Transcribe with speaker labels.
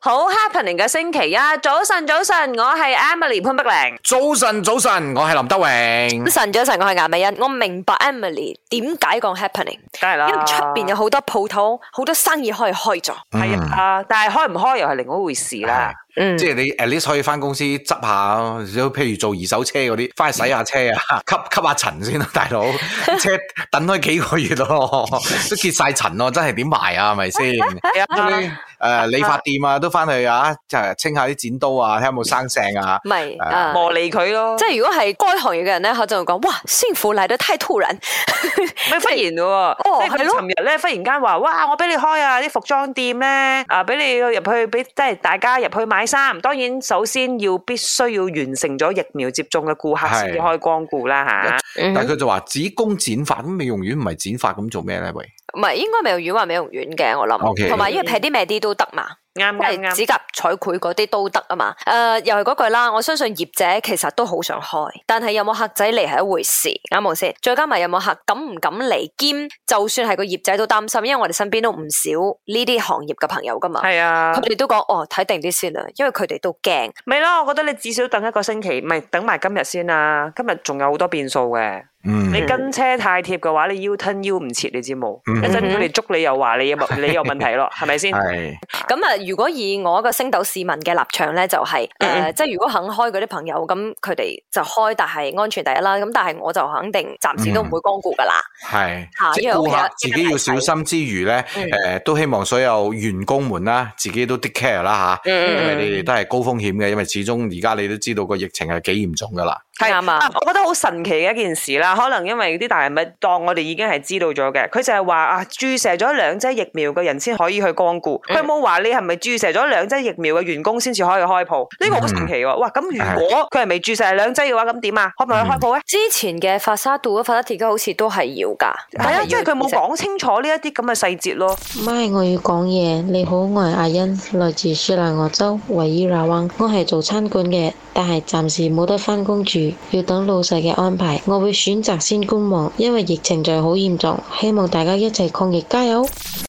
Speaker 1: 好 happening 嘅星期一，早晨早晨，我係 Emily 潘碧玲。
Speaker 2: 早晨，早晨，我係林德
Speaker 3: 早
Speaker 2: 榮。
Speaker 3: 晨，早晨，我係顏美欣。我明白 Emily 點解講 happening，
Speaker 1: 梗係
Speaker 3: 因
Speaker 1: 啦，
Speaker 3: 為出邊有好多鋪頭，好多生意可以開咗。
Speaker 1: 係啊，但係開唔開又係另外一回事啦。
Speaker 3: 嗯，
Speaker 2: 即係你 at least 可以翻公司執下，譬如做二手車嗰啲，翻去洗下車啊， 吸吸下塵先啦，大佬。車等開幾個月咯， 都結晒塵咯，真係點賣啊？係咪先？
Speaker 1: 係啊，
Speaker 2: 誒、理髮店啊，都翻去啊，就係清下啲剪刀啊，睇下有冇生性啊。
Speaker 3: 唔係
Speaker 2: 啊
Speaker 3: 啊，
Speaker 1: 磨利佢咯，
Speaker 3: 即係如果係該行業嘅人咧，佢就會講：哇，幸福嚟得太突然。
Speaker 1: 咩忽然嘅喎，
Speaker 3: 哦
Speaker 1: 即係佢
Speaker 3: 係咯
Speaker 1: 尋日咧忽然間話，哇！我俾你開啊啲服裝店咧，啊俾你入去，俾即係大家入去買衫。當然首先要必須要完成咗疫苗接種嘅顧客先至
Speaker 2: 係
Speaker 1: 開光顧啦吓。
Speaker 3: 嗯
Speaker 2: 但係佢就話只供剪髮，咁美容院唔係剪髮咁做咩咧？喂，
Speaker 3: 唔係應該美容院話美容院嘅，我
Speaker 2: OK
Speaker 3: 諗，同埋因為平啲咩啲都得嘛。
Speaker 1: 啱啱
Speaker 3: 因為
Speaker 1: 啱。
Speaker 3: 指甲彩繪嗰啲都得啊嘛。誒、又係嗰句啦，我相信業者其實都好想開，但係有冇客仔嚟係一回事，啱冇先？再加埋有冇客敢唔敢嚟，兼就算係個業者都擔心，因為我哋身邊都唔少呢啲行業嘅朋友噶嘛。
Speaker 1: 係啊
Speaker 3: 佢，哋都講哦，睇定啲先啦，因為佢哋都驚。
Speaker 1: 咪咯，我覺得你至少等一個星期，咪等埋今日先啦。今日仲有好多變數嘅。
Speaker 2: 嗯，
Speaker 1: 你跟車太貼嘅話，你腰吞腰唔切，你知冇？
Speaker 2: 嗯
Speaker 1: 一陣佢哋捉你又話你有冇你有問題咯，係咪先？
Speaker 2: 係
Speaker 3: 咁啊，如果以我一個星斗市民嘅立場咧，就係、誒、
Speaker 1: 嗯嗯
Speaker 3: 即係如果肯開嗰啲朋友，咁佢哋就開，但係安全第一啦。咁但係我就肯定暫時都
Speaker 1: 嗯
Speaker 3: 唔會光顧噶啦。
Speaker 2: 係
Speaker 3: 嚇，
Speaker 2: 即
Speaker 3: 因
Speaker 2: 係
Speaker 3: 為屋企
Speaker 2: 顧
Speaker 3: 有
Speaker 2: 客自己要小心之餘咧，
Speaker 3: 嗯
Speaker 2: 誒都希望所有員工們啦，自己都 take care 啦
Speaker 1: 嗯
Speaker 2: 嚇，
Speaker 3: 嗯
Speaker 2: 因為你哋都係高風險嘅，因為始終而家你都知道個疫情係幾嚴重噶啦。
Speaker 1: 係
Speaker 3: 啱啊
Speaker 1: 我覺得好神奇嘅一件事啦，可能因為啲大人物當我哋已經係知道咗嘅，佢就係話啊，注射咗兩劑疫苗嘅人先可以去光顧，佢冇話你係咪注射咗兩劑疫苗嘅員工先至可以開鋪，呢個好神奇喎！哇，咁如果佢係未注射兩劑嘅話，咁點啊？可唔可以開鋪咧？
Speaker 3: 之前嘅法沙杜啊法沙鐵家好似都係要㗎，
Speaker 1: 係啊，即係佢冇
Speaker 3: 講。
Speaker 1: 講清楚呢一啲咁嘅細節咯。
Speaker 4: 唔係，我要講嘢。你好，我係阿欣，來自雪蘭莪州維爾那灣。我係做餐館嘅，但係暫時冇得返工住，要等老細嘅安排。我會選擇先觀望，因為疫情就係好嚴重。希望大家一齊抗疫，加油！